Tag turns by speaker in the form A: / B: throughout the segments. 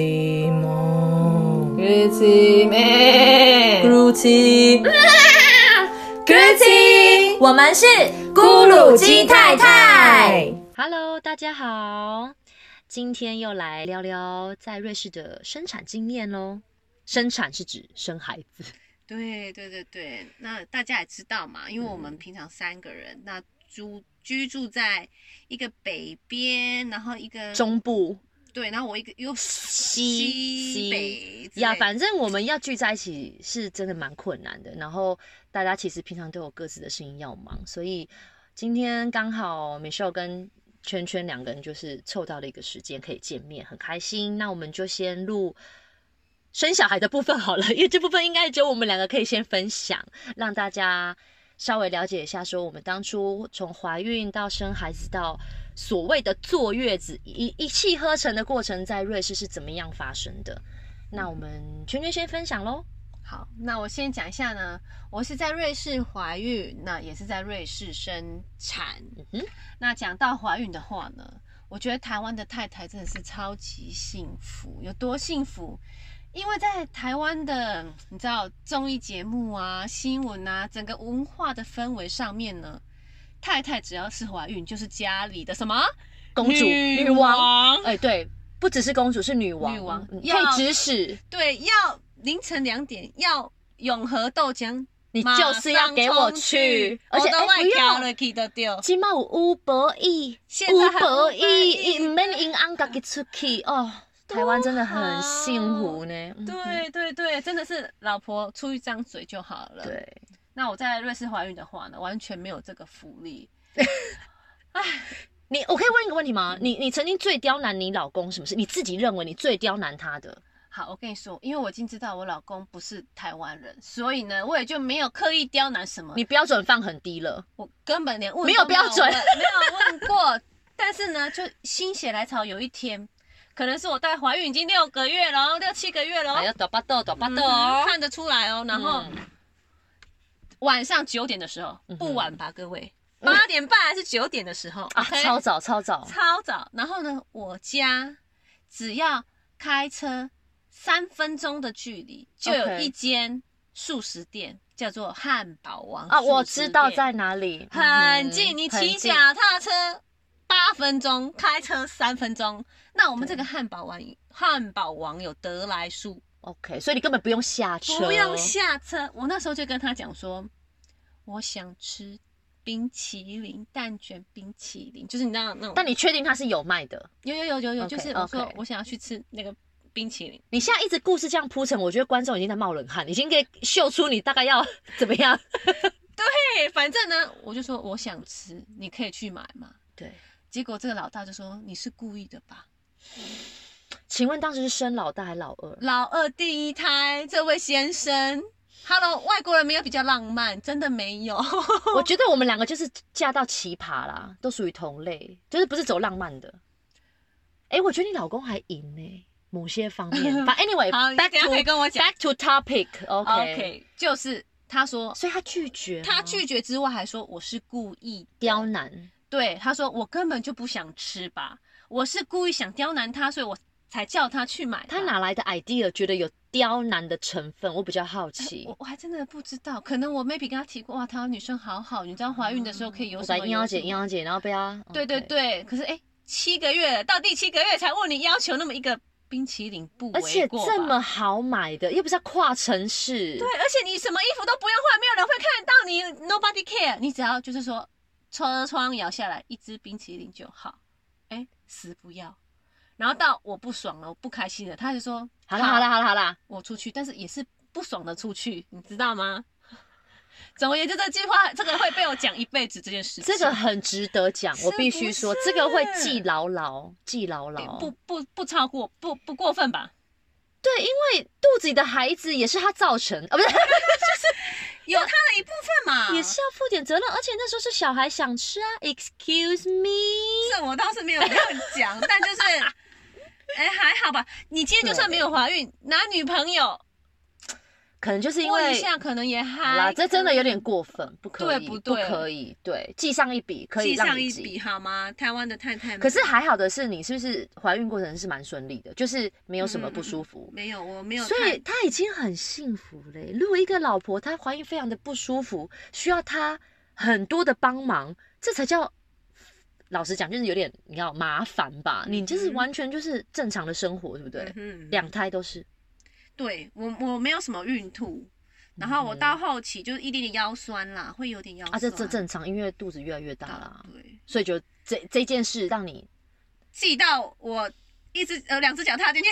A: 그지모
B: Greeting，哎
A: 그루지 그루지
C: 我们是咕噜鸡太太。Hello，大家好，今天又来聊聊在瑞士的生产经验喽。生产是指生孩子，
D: 对对对对，那大家也知道嘛，因为我
C: 嗯
D: 们平常三个人，那住居住在一个北边，然后一个
C: 中部
D: 对，然后我一个又
C: 西
D: 西北之
C: 呀，
D: 类
C: 反正我们要聚在一起是真的蛮困难的。然后大家其实平常都有各自的事情要忙，所以今天刚好 Michelle 跟圈圈两个人就是凑到了一个时间可以见面，很开心。那我们就先录生小孩的部分好了，因为这部分应该只有我们两个可以先分享，让大家稍微了解一下，说我们当初从怀孕到生孩子到所谓的坐月子一一气呵成的过程，在瑞士是怎么样发生的。
D: 嗯
C: 那我们圈圈先分享喽。
D: 好，那我先讲一下呢，我是在瑞士怀孕，那也是在瑞士生产。
C: 嗯哼
D: 那讲到怀孕的话呢，我觉得台湾的太太真的是超级幸福，有多幸福？因为在台湾的你知道综艺节目啊、新闻啊，整个文化的氛围上面呢，太太只要是怀孕，就是家里的什么
C: 公主、
D: 女
C: 女王，哎、对，不只是公主，是女王，
D: 女王
C: 嗯可
D: 要
C: 以指使
D: 对，要凌晨两点要永和豆浆，
C: 你就是要给我去，而且、
D: 我都
C: 哎
D: 外
C: 不
D: 条
C: 用。
D: 了，去得掉。
C: 今麦有五百亿，
D: 现在
C: 五
D: 还有
C: 百亿，
D: 500
C: 唔免因翁家己出去哦。台湾真的很幸福呢。嗯嗯
D: 对对对，真的是老婆出一张嘴就好了。，
C: 对，
D: 那我在瑞士怀孕的话呢，完全没有这个福利。
C: 你我可以问一个问题吗？你你曾经最刁难你老公什么事？你自己认为你最刁难他的？
D: 好，我跟你说，因为我已经知道我老公不是台湾人，所以呢，我也就没有刻意刁难什么，
C: 你标准放很低了。
D: 我根本连问
C: 没有
D: 都
C: 标准
D: 问没有问过。但是呢，就心血来潮，有一天，可能是我大概怀孕已经六个月了哦，六七个月了哦，
C: 短哎巴豆，短巴
D: 嗯看得出来哦。然
C: 嗯
D: 后晚上九点的时候
C: 嗯哼，
D: 不晚吧，各位，八点半还是九点的时候
C: 啊，
D: OK？
C: 超早超早，
D: 超早。然后呢，我家只要开车三分钟的距离，就有
C: OK
D: 一间素食店，叫做汉堡王
C: 啊，
D: 素食
C: 我知道
D: 店
C: 在哪里，
D: 很近，
C: 嗯
D: 你
C: 很
D: 骑
C: 近
D: 脚踏车八分钟，开车三分钟。那我们这个汉堡王，汉堡王有得来速，
C: OK，所以你根本不用下车，
D: 不用下车。我那时候就跟他讲说，我想吃冰淇淋蛋卷冰淇淋，就是你知道那种，
C: 但你确定它是有卖的？
D: 有有有有有
C: OK，
D: 就是我说
C: OK
D: 我想要去吃那个冰淇淋。
C: 你现在一直故事这样铺陈，我觉得观众已经在冒冷汗，已经可以秀出你大概要怎么样。
D: 对，哎反正呢，我就说我想吃，你可以去买嘛。
C: 对，
D: 结果这个老大就说你是故意的吧？
C: 请问当时是生老大还是老 二？
D: 老二第一胎，这位先生，Hello，外国人没有比较浪漫，真的没有。
C: 我觉得我们两个就是嫁到奇葩啦，都属于同类，就是不是走浪漫的。哎、我觉得你老公还赢呢、某些方 面。反
D: 好，你等
C: anyway，back
D: 一下可
C: to
D: 以跟我讲。
C: back to topic，OK，、
D: 就是他说，
C: 所以他拒绝吗，
D: 他拒绝啊之外还说我是故意的
C: 刁，难。
D: 对，他说我根本就不想吃吧，我是故意想刁难他，所以我才叫他去买吧。
C: 他哪来的 idea？觉得有刁难的成分，我比较好奇
D: 我。我还真的不知道，可能我 maybe 跟他提过，哇，台湾女生好好，你知道怀孕的时候可以哎
C: 嗯
D: 有
C: 我
D: 什
C: 把
D: 么？
C: 腰姐
D: 有什么
C: 腰姐，然后被他
D: 对对
C: OK
D: 对，可是哎，七个月了到第七个月才问你要求那么一个冰淇淋，不
C: 而且
D: 为过吧
C: 这么好买的，又不是要跨城市，
D: 对，而且你什么衣服都不用换，没有人会看得到你，nobody care，你只要就是说车窗摇下来一支冰淇淋就好，哎，死不要。然后到我不爽了，我不开心了，他就说
C: 好啦好啦，好啦好啦，
D: 我出去，但是也是不爽的出去，你知道吗？ 总而言之，这句话这个会被我讲一辈子这件事情，
C: 这个很值得讲，
D: 是
C: 我必须说
D: 不，是
C: 这个会记牢牢，记牢
D: 哎
C: 牢。
D: 不不不超过不不过分吧？
C: 对，因为肚子里的孩子也是他造成，啊，不是，
D: 有他的一部分 嘛，
C: 也是要负点责任。而且那时候是小孩想吃啊，Excuse me，
D: 这我倒是没有乱讲，但就是，哎、还好吧。你今天就算没有怀孕，拿女朋友，
C: 可能就是因
D: 摸一
C: 为
D: 下可能也
C: 好
D: 还
C: 啦，这真的有点
D: 可
C: 过分，不可
D: 嗯对
C: 以，
D: 不对
C: 可以，对，记上一笔，可
D: 能
C: 以
D: 记
C: 让
D: 上
C: 你
D: 一
C: 记
D: 笔好吗？台湾的太太们，
C: 可是还好的是，你是不是怀孕过程是蛮顺利的，就是没有什
D: 嗯
C: 么不舒服，
D: 没有，我没有
C: 所
D: 太，
C: 以他已经很幸福嘞。如果一个老婆她怀孕非常的不舒服，需要他很多的帮忙，这才叫老实讲，就是有点你要麻烦吧？你就是
D: 嗯哼
C: 完全就是正常的生活，对不对？
D: 嗯
C: 两胎都是，
D: 对我我没有什么孕吐，然后我
C: 嗯
D: 到后期就是一点点腰酸啦，会有点腰酸
C: 啊，这这正常，因为肚子越来越大啦，
D: 对，
C: 所以就这这件事让你
D: 记到我一只呃两只脚踏 进去，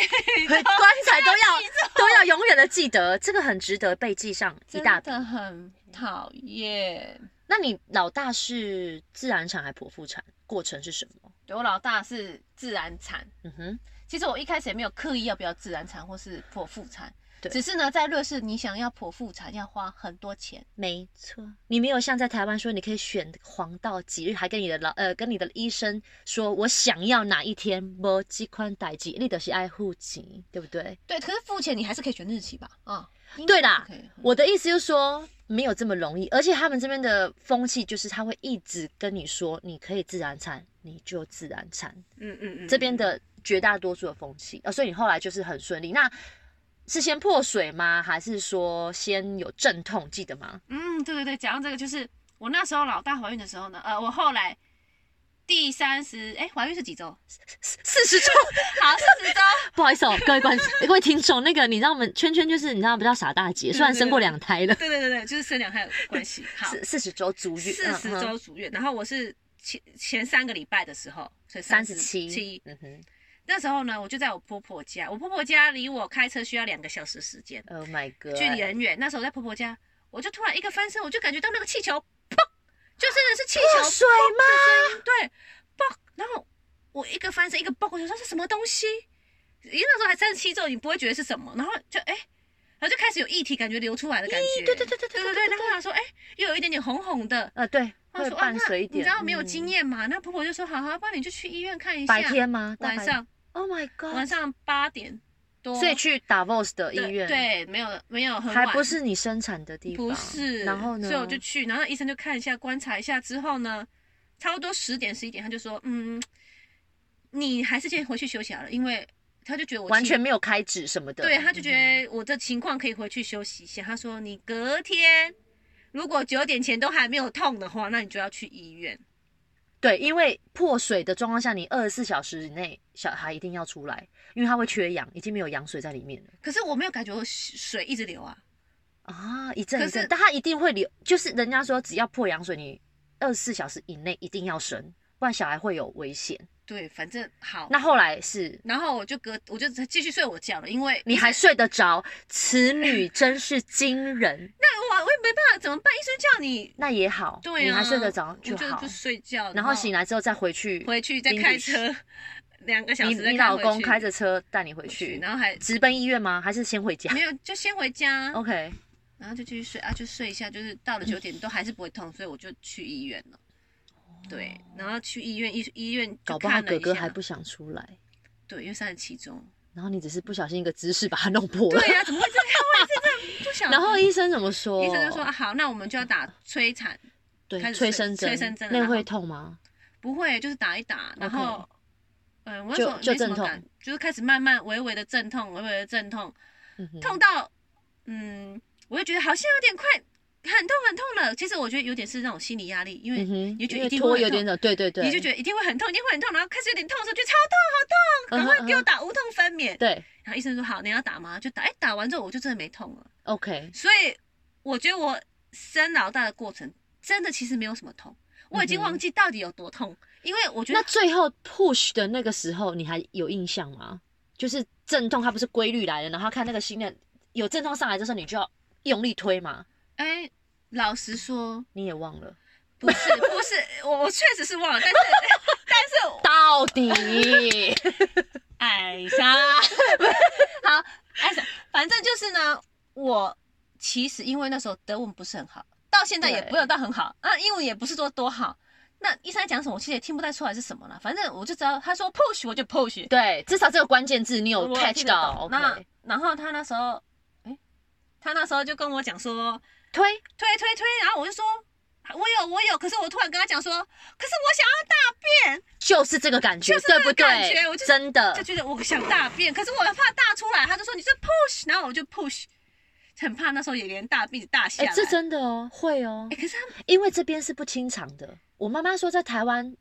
C: 棺材都
D: 哎
C: 要都要永远的记得，这个很值得被记上一
D: 真
C: 大笔。
D: 的很讨厌。
C: 那你老大是自然产还剖腹产？过程是什么？
D: 对我老大是自然产，
C: 嗯哼，
D: 其实我一开始也没有刻意要不要自然产或是剖腹产，
C: 对
D: 只是呢，在瑞士你想要剖腹产要花很多钱，
C: 没错，你没有像在台湾说你可以选黄道吉日，还跟你的老呃跟你的医生说我想要哪一天播几款代机，你都是爱护级，对不对？
D: 对，可是付钱你还是可以选日期吧？啊、应
C: 对
D: 该
C: 啦
D: 是可以嗯
C: 我的意思就是说没有这么容易，而且他们这边的风气就是他会一直跟你说你可以自然产，你就自然产，
D: 嗯嗯嗯
C: 这边的绝大多数的风气啊、呃所以你后来就是很顺利。那是先破水吗？还是说先有阵痛？记得吗？
D: 嗯，对对对，讲到这个，就是我那时候老大怀孕的时候呢，呃，我后来第三十，哎，怀孕是几周？
C: 四十周，
D: 好，四十周。
C: 不好意思哦，各位观众、各位听众，那个你知道我们圈圈就是你知道比较傻大姐，虽然生过两胎了，
D: 对对对对，就是生两胎有关 系。嗯好，
C: 四四十周足月，
D: 四十
C: 嗯哼
D: 周足月，然后我是前前三个礼拜的时候，所以
C: 三十
D: 十
C: 七
D: 七，，
C: 嗯哼
D: 那时候呢，我就在我婆婆家，我婆婆家离我开车需要两个小时时间，
C: ，Oh my god，
D: 距离很远。那时候我在婆婆家，我就突然一个翻身，我就感觉到那个气球，砰，就真的是气球
C: 破水吗？
D: 声音，对，爆。然后我一个翻身，一个爆过去，说是什么东西？因为那时候还三十七周，你不会觉得是什么，然后就哎、然后就开始有液体感觉流出来的感觉，
C: 对对对对
D: 对
C: 对
D: 对
C: 对
D: 对。
C: 对对，
D: 然后我想说，哎、又有一点点红红的。
C: 呃对，
D: 然后
C: 会
D: 说啊，
C: 伴
D: 那
C: 随一
D: 你
C: 点，
D: 知道没有经
C: 验，
D: 验嘛？那婆婆就说，好好，不然你就去医院看一下。
C: 白天吗？大
D: 晚
C: 白
D: 上
C: ，Oh my
D: 晚
C: god，
D: 上八点多，
C: 所以去 Davos 的医
D: 对
C: 院，。
D: 对，没有没有很晚，
C: 还不是你生产的地方，
D: 不是，
C: 然后呢？
D: 所以我就去，然后医生就看一下，观察一下之后呢，差不多十点十一点，他就说，嗯，你还是先回去休息好了，因为他就觉得我
C: 完
D: 情
C: 全嗯没有开指什么的，
D: 对，他就觉得我的情况可以回去休息一下。他说，你隔天如果九点前都还没有痛的话，那你就要去医院。
C: 对，因为破水的状况下，你二十四小时以内小孩一定要出来，因为他会缺氧，已经没有羊水在里面了
D: 可是我没有感觉我水一直流啊，
C: 啊，一阵
D: 可
C: 一阵
D: 是，
C: 但他一定会流，就是人家说只要破羊水，你二十四小时以内一定要生，不然小孩会有危险。
D: 对，反正好。
C: 那后来是
D: 然后我就隔，我就继续睡我觉了，因为
C: 你还睡得着，此女真是惊人，
D: 那哎我我也没办法，怎么办？医生叫你，
C: 那也好，
D: 对啊，
C: 你还睡得着
D: 我
C: 就
D: 就
C: 好
D: 就，睡觉，
C: 然后醒来之后再回去，
D: 回去再开车两个小
C: 你
D: 时再
C: 你
D: 开
C: 老
D: 回
C: 公
D: 去
C: 开着车带你回
D: 回
C: 去，
D: 然后还
C: 直奔医院吗？还是先回家
D: 没有啊就先回家，
C: ？OK，
D: 然后就继续睡啊，就睡一下，就是到了九点都还是不会痛，所以我就去医院了。对，然后去医院医医院就
C: 哦搞不好
D: 看了
C: 哥
D: 一
C: 哥
D: 下
C: 还不想出来，
D: 对，因为三十七 中。
C: 然后你只是不小心一个姿势把他弄破了。
D: 对呀、啊怎么会这样？我也是这样不想。
C: 啊 然后医生怎么说？
D: 医生就说、啊、好，那我们就要打催产，
C: 对
D: 开，始
C: 催
D: 催
C: 生针，
D: 催生针
C: 那
D: 然后
C: 会痛吗？
D: 不会就是打一打，然后嗯，我那
C: 就
D: 时候
C: 就
D: 没什
C: 阵
D: 么
C: 痛
D: 感，就是开始慢慢微微的阵痛，微微的阵痛，
C: 嗯哼
D: 痛到，嗯，我就觉得好像有点快，很痛很痛了。其实我觉得有点是那种心理压力，因为
C: 嗯哼，
D: 你就觉
C: 因
D: 得
C: 为
D: 一定
C: 拖
D: 会
C: 有
D: 很
C: 点
D: 痛，
C: 冷，对对对，
D: 你就觉得一定会很痛，一定会很痛，然后开始有点痛的时候就超痛，
C: 嗯
D: 好
C: 哼
D: 痛，赶快给我打无痛分娩。
C: 对
D: 然后医生说好，你要打吗？就打，哎，打完之后我就真的没痛了。
C: ，OK，
D: 所以我觉得我生老大的过程真的其实没有什么痛，我已经
C: 嗯哼
D: 忘记到底有多痛，因为我觉
C: 那
D: 得
C: 最后 push 的那个时候，你还有印象吗？就是阵痛，它不是规律来了，然后看那个心电有阵痛上来的时候，你就要用力推嘛，
D: 哎，老实说
C: 你也忘了，
D: 不是不是，我我确实是忘了，但是但是我
C: 到底
D: 艾莎，哎 好，艾莎，反正就是呢，我其实因为那时候德文不是很好，到现在也
C: 对
D: 没有到很好，啊，英文也不是说多好。那医生在讲什么，我其实也听不太出来是什么了。反正我就知道他说 push 我就 push，
C: 对，至少这个关键字你有
D: 我也听
C: catch
D: 得
C: 到
D: 那
C: ，OK，
D: 然后他那时候，哎，他那时候就跟我讲说
C: 推
D: 推推推，然后我就说我有我有，可是我突然跟他讲说，可是我想要大便，
C: 就是这个感觉，
D: 就是
C: 对
D: 那
C: 不
D: 个
C: 对？
D: 感觉我就
C: 真的
D: 就，觉得我想大便，可是我很怕大出来，他就说你是 push，然后我就 push，很怕那时候也连大便一直大下
C: 哎、
D: 来。
C: 这真的哦，会哦
D: 哎、，可是他们
C: 因为这边是不清肠的。我妈妈说，在台湾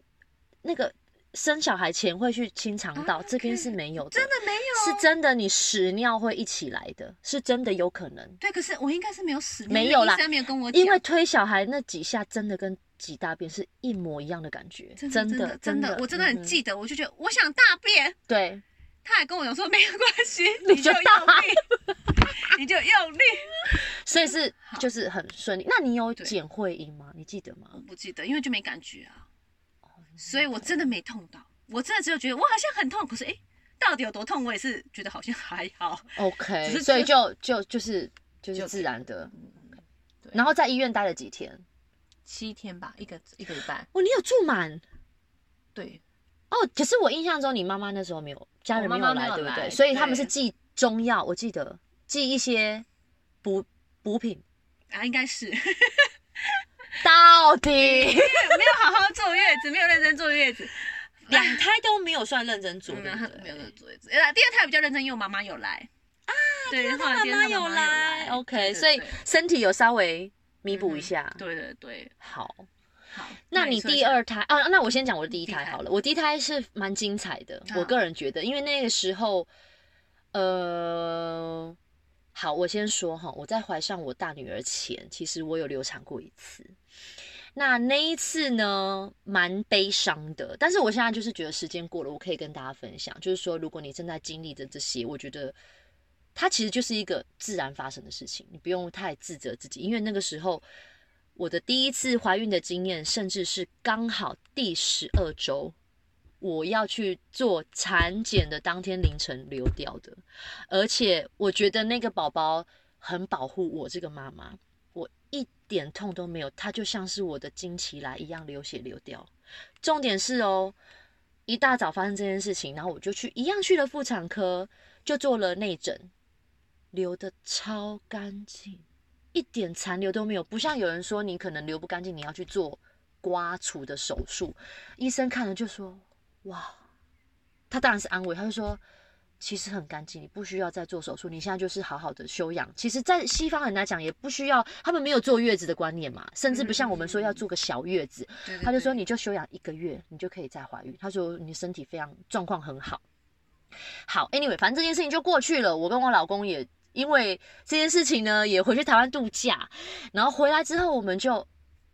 C: 那个生小孩前会去清肠道，
D: 啊
C: 这边
D: OK
C: 是没有的，
D: 真的没有，
C: 是真的，你屎尿会一起来的，是真的有可能。
D: 对，可是我应该是没有死，
C: 没有啦
D: 医生没有跟我讲，
C: 因为推小孩那几下真的跟挤大便是一模一样的感觉，
D: 真
C: 真
D: 的
C: 真
D: 真的，我真的
C: 嗯
D: 很
C: 哼
D: 记得，我就觉得我想大便，
C: 对，
D: 他还跟我讲说没有关系，
C: 你
D: 你
C: 就
D: 就用
C: 大
D: 力， 你就用力。
C: 所以是
D: 好
C: 就是很顺利。那你有
D: 对
C: 剪会阴吗？你记得吗
D: 我？不记得，因为就没感觉啊，所以我真的没痛到，我真的只有觉得我好像很痛，可是诶，到底有多痛，我也是觉得好像还好。只
C: OK，
D: 是
C: 所以就就就是就是
D: 就
C: 自然的。
B: 对
C: 然后在医院待了几天？
B: 七天吧，一个一个礼拜，
C: 哦，你有住满
B: 对，
C: 哦？可是我印象中你妈妈那时候没有，家人
B: 我
C: 没
B: 妈
C: 有
B: 妈
C: 来，
B: 没有
C: 对不对？
B: 来
C: 所以他们是
D: 对
C: 寄中药，我记得寄一些补补品。
D: 啊，应该是 没
C: 到 底
D: 有好好坐月子，没有认真坐月子，
C: 两胎都没有算认真做，
D: 嗯
C: 对
D: 啊
C: 不
D: 没有
C: 对？
D: 认真坐月子。呃，第二胎比较认真，因为我妈妈有来啊，对，后来
C: 妈
D: 第二
C: 妈
D: 胎妈
C: 有
D: 来
C: 来，OK，
D: 对
C: 所以
D: 对
C: 身体有稍微弥补一
D: 嗯
C: 下。
D: 对对对，
C: 好，
D: 好。
C: 那你
D: 说一
C: 第
D: 下
C: 二胎啊？那我先讲我第一
D: 第一
C: 胎
D: 胎
C: 好了。我第一胎是蛮精彩的，
D: 啊
C: 我个人觉得，因为那个时候，呃，好，我先说哈，我在怀上我大女儿前，其实我有流产过一次。那那一次呢，蛮悲伤的，但是我现在就是觉得时间过了，我可以跟大家分享，就是说，如果你正在经历着这些，我觉得它其实就是一个自然发生的事情，你不用太自责自己，因为那个时候我的第一次怀孕的经验，甚至是刚好第十二周，我要去做产检的当天凌晨流掉的，而且我觉得那个宝宝很保护我这个妈妈，我一点痛都没有，它就像是我的经期来一样流血流掉。重点是哦，一大早发生这件事情，然后我就去一样去了妇产科，就做了内诊，流的超干净，一点残留都没有，不像有人说你可能流不干净，你要去做刮除的手术，医生看了就说哇，他当然是安慰，他就说。其实很干净，你不需要再做手术，你现在就是好好的休养。其实，在西方人来讲，也不需要，他们没有坐月子的观念嘛，甚至不像我们说要做个小月子，
D: 对对
C: 他就说
D: 对
C: 你就休养一个月，你就可以再怀孕。他说你身体非常状况很好。好，anyway，反正这件事情就过去了。我跟我老公也因为这件事情呢，也回去台湾度假。然后回来之后，我们就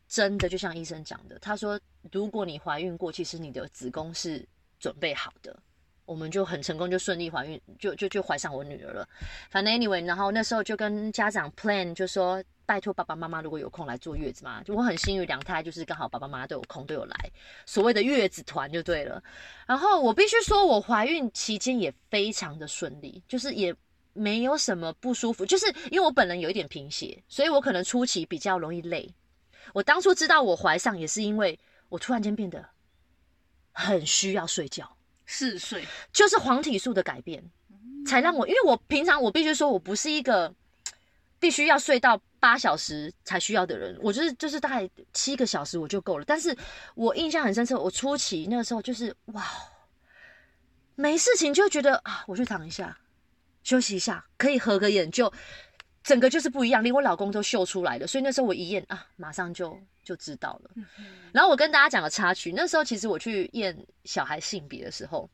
C: 真的就像医生讲的，他说如果你怀孕过，其实你的子宫是准备好的。我们就很成功，就顺利怀孕，就就就怀上我女儿了。反正 anyway，然后那时候就跟家长 plan，就说拜托爸爸妈妈如果有空来坐月子嘛，就我很幸运两胎就是刚好爸爸妈妈都有空都有来，所谓的月子团就对了。然后我必须说，我怀孕期间也非常的顺利，就是也没有什么不舒服，就是因为我本人有一点贫血，所以我可能初期比较容易累。我当初知道我怀上也是因为我突然间变得很需要睡觉。
D: 四岁，
C: 就是黄体素的改变，才让我，因为我平常我必须说我不是一个必须要睡到八小时才需要的人，我就是就是大概七个小时我就够了。但是我印象很深刻，我初期那个时候就是哇，没事情就觉得啊，我去躺一下，休息一下，可以合个眼就。整个就是不一样，连我老公都秀出来了，所以那时候我一验啊，马上就就知道了。然后我跟大家讲个插曲，那时候其实我去验小孩性别的时候，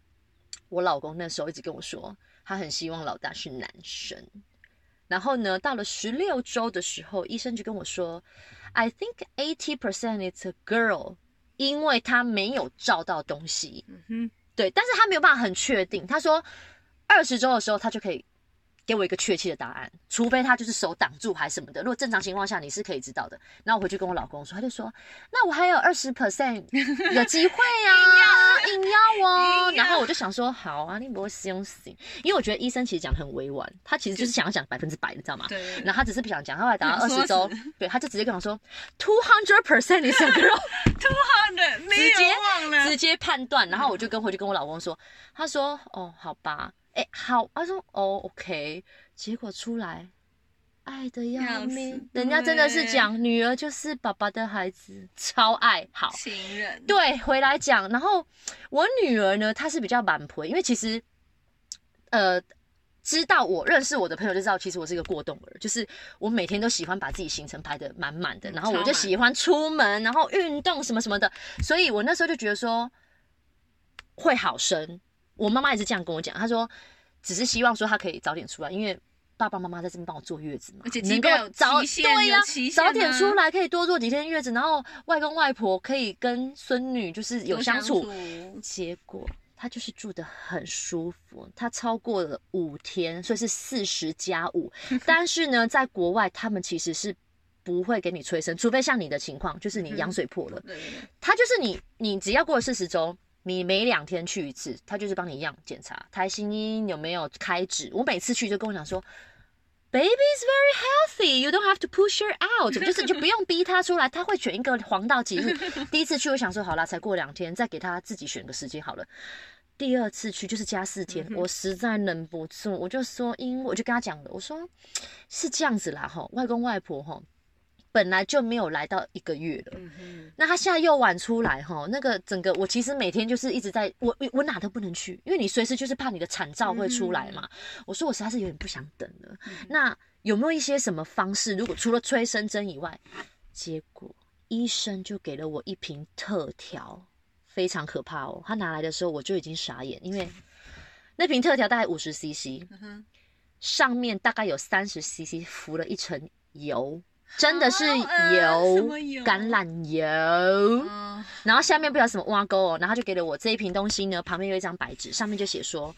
C: 我老公那时候一直跟我说，他很希望老大是男生。然后呢，到了十六周的时候，医生就跟我说，I think eighty percent is a girl，因为他没有照到东西。
D: 嗯哼，
C: 对，但是他没有办法很确定。他说二十周的时候，他就可以给我一个确切的答案，除非他就是手挡住还是什么的。如果正常情况下，你是可以知道的。然后我回去跟我老公说，他就说：“那我还有二十 percent 的机会 呀、啊，硬要哦。”
D: 硬要
C: 然后我就想说：“好啊，你不会相信，因为我觉得医生其实讲得很委婉，他其实就是想要讲百分之百，你知道吗？”
D: 对对，
C: 然后他只是不想讲，他后来打到二
D: 不想
C: 十
D: 说
C: 周，对，他就直接跟我说 two hundred percent is a girl，啊
D: 忘了，没
C: 直
D: 有
C: 接
D: 忘了，
C: 直接判断，然后
D: 嗯
C: 我就跟回去跟我老公说，他说哦好吧，哎、好，他说哦 OK，结果出来爱的要
D: 要
C: 命
D: 死，
C: 人家真的是
D: 对
C: 讲女儿就是爸爸的孩子，超爱好。
D: 情人，
C: 对，回来讲，然后我女儿呢，她是比较蛮婆，因为其实，呃，知道我认识我的朋友就知道，其实我是一个过动儿，就是我每天都喜欢把自己行程排得满满的，
D: 嗯
C: 然后我
D: 超
C: 就
D: 满
C: 喜欢出门，然后运动什么什么的，所以我那时候就觉得说会好生。我妈妈也是这样跟我讲，她说只是希望说她可以早点出来，因为。爸爸妈妈在这边帮我坐月子嘛，
D: 而且
C: 能
D: 机
C: 够
D: 票有
C: 早
D: 期限
C: 对呀、
D: 有期限
C: 早点
D: 啊
C: 出来可以多坐几天月子，然后外公外婆可以跟孙女就是有
D: 多
C: 相处。
D: 处
C: 结果她就是住的很舒服，她超过了五天，所以是四十加 五。但是呢，在国外他们其实是不会给你催生，除非像你的情况，就是你羊水破了，
D: 对对对，
C: 他就是你，你只要过了四十周，你每两天去一次，他就是帮你一样检查胎心音有没有开指。我每次去就跟我讲说，Baby is very healthy, you don't have to push her out，就是你就不用逼他出来，他会选一个黄道吉日。第一次去我想说好啦，才过两天，再给他自己选个时间好了。第二次去就是加四天，
D: 嗯哼
C: 我实在忍不住，我就说，因为我就跟他讲了，我说是这样子啦，哈，外公外婆哈，本来就没有来到一个月了，
D: 嗯哼，
C: 那他现在又晚出来哈，那个整个我其实每天就是一直在我我我哪都不能去，因为你随时就是怕你的产兆会出来嘛。
D: 嗯
C: 我说我实在是有点不想等了。那有没有一些什么方式？如果除了催生针以外，结果医生就给了我一瓶特调，非常可怕哦。他拿来的时候我就已经傻眼，因为那瓶特调 大概五十 CC，
D: 嗯哼，
C: 上面大概有三十 CC 浮了一层油。真的是油，
D: 好啊呃恶什么油啊
C: 橄榄油。
D: 嗯，
C: 然后下面不知道什么挖沟哦，然后他就给了我这一瓶东西呢，旁边有一张白纸，上面就写说，